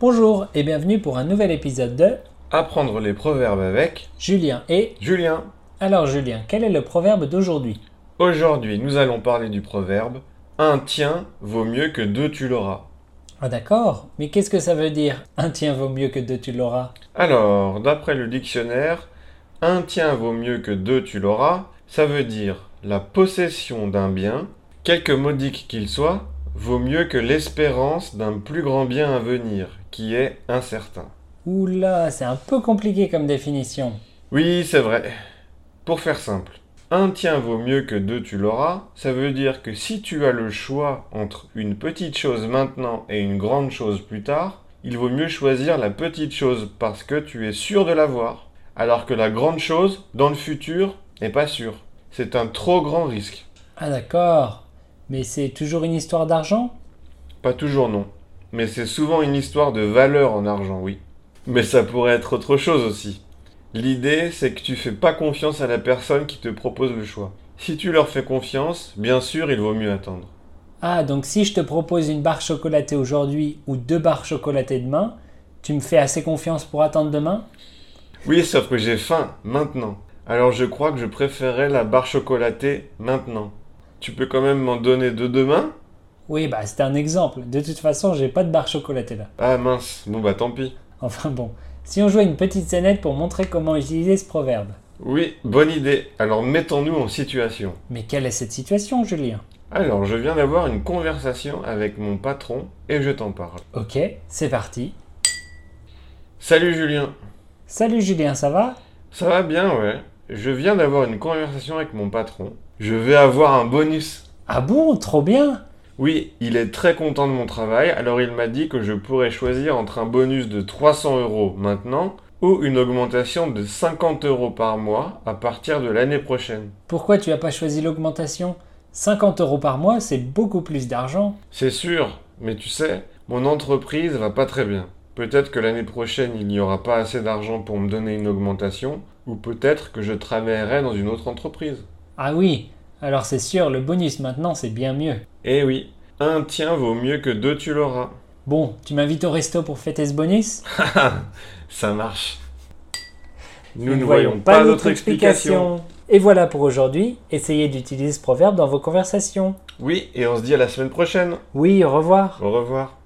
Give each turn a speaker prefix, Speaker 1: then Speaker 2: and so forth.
Speaker 1: Bonjour et bienvenue pour un nouvel épisode de
Speaker 2: Apprendre les proverbes avec
Speaker 1: Julien et...
Speaker 2: Julien.
Speaker 1: Alors Julien, quel est le proverbe d'aujourd'hui
Speaker 2: Aujourd'hui, nous allons parler du proverbe Un tien vaut mieux que deux tu l'auras.
Speaker 1: Ah d'accord, mais qu'est-ce que ça veut dire Un tien vaut mieux que deux tu l'auras
Speaker 2: Alors, d'après le dictionnaire, un tien vaut mieux que deux tu l'auras, ça veut dire la possession d'un bien, quelque modique qu'il soit, vaut mieux que l'espérance d'un plus grand bien à venir, qui est incertain.
Speaker 1: Oula, c'est un peu compliqué comme définition.
Speaker 2: Oui, c'est vrai. Pour faire simple, un tien vaut mieux que deux tu l'auras, ça veut dire que si tu as le choix entre une petite chose maintenant et une grande chose plus tard, il vaut mieux choisir la petite chose parce que tu es sûr de l'avoir, alors que la grande chose, dans le futur, n'est pas sûre. C'est un trop grand risque.
Speaker 1: Ah d'accord, mais c'est toujours une histoire d'argent
Speaker 2: Pas toujours non, mais c'est souvent une histoire de valeur en argent, oui. Mais ça pourrait être autre chose aussi. L'idée, c'est que tu fais pas confiance à la personne qui te propose le choix. Si tu leur fais confiance, bien sûr, il vaut mieux attendre.
Speaker 1: Ah donc si je te propose une barre chocolatée aujourd'hui ou deux barres chocolatées demain, tu me fais assez confiance pour attendre demain
Speaker 2: Oui, sauf que j'ai faim maintenant. Alors je crois que je préférerais la barre chocolatée maintenant. Tu peux quand même m'en donner deux demain
Speaker 1: Oui, bah c'est un exemple. De toute façon, j'ai pas de barre chocolatée là.
Speaker 2: Ah mince, bon bah tant pis.
Speaker 1: Enfin bon, si on jouait une petite scénette pour montrer comment utiliser ce proverbe.
Speaker 2: Oui, bonne idée. Alors mettons-nous en situation.
Speaker 1: Mais quelle est cette situation, Julien
Speaker 2: Alors je viens d'avoir une conversation avec mon patron et je t'en parle.
Speaker 1: Ok, c'est parti.
Speaker 2: Salut Julien.
Speaker 1: Salut Julien, ça va
Speaker 2: Ça va bien, ouais. Je viens d'avoir une conversation avec mon patron. Je vais avoir un bonus.
Speaker 1: Ah bon, trop bien
Speaker 2: Oui, il est très content de mon travail, alors il m'a dit que je pourrais choisir entre un bonus de 300 euros maintenant ou une augmentation de 50 euros par mois à partir de l'année prochaine.
Speaker 1: Pourquoi tu n'as pas choisi l'augmentation 50 euros par mois, c'est beaucoup plus d'argent.
Speaker 2: C'est sûr, mais tu sais, mon entreprise va pas très bien. Peut-être que l'année prochaine il n'y aura pas assez d'argent pour me donner une augmentation, ou peut-être que je travaillerai dans une autre entreprise.
Speaker 1: Ah oui, alors c'est sûr, le bonus maintenant, c'est bien mieux.
Speaker 2: Eh oui, un tien vaut mieux que deux tu l'auras.
Speaker 1: Bon, tu m'invites au resto pour fêter ce bonus
Speaker 2: Ça marche. Nous ne voyons pas d'autre explication.
Speaker 1: Et voilà pour aujourd'hui, essayez d'utiliser ce proverbe dans vos conversations.
Speaker 2: Oui, et on se dit à la semaine prochaine.
Speaker 1: Oui, au revoir.
Speaker 2: Au revoir.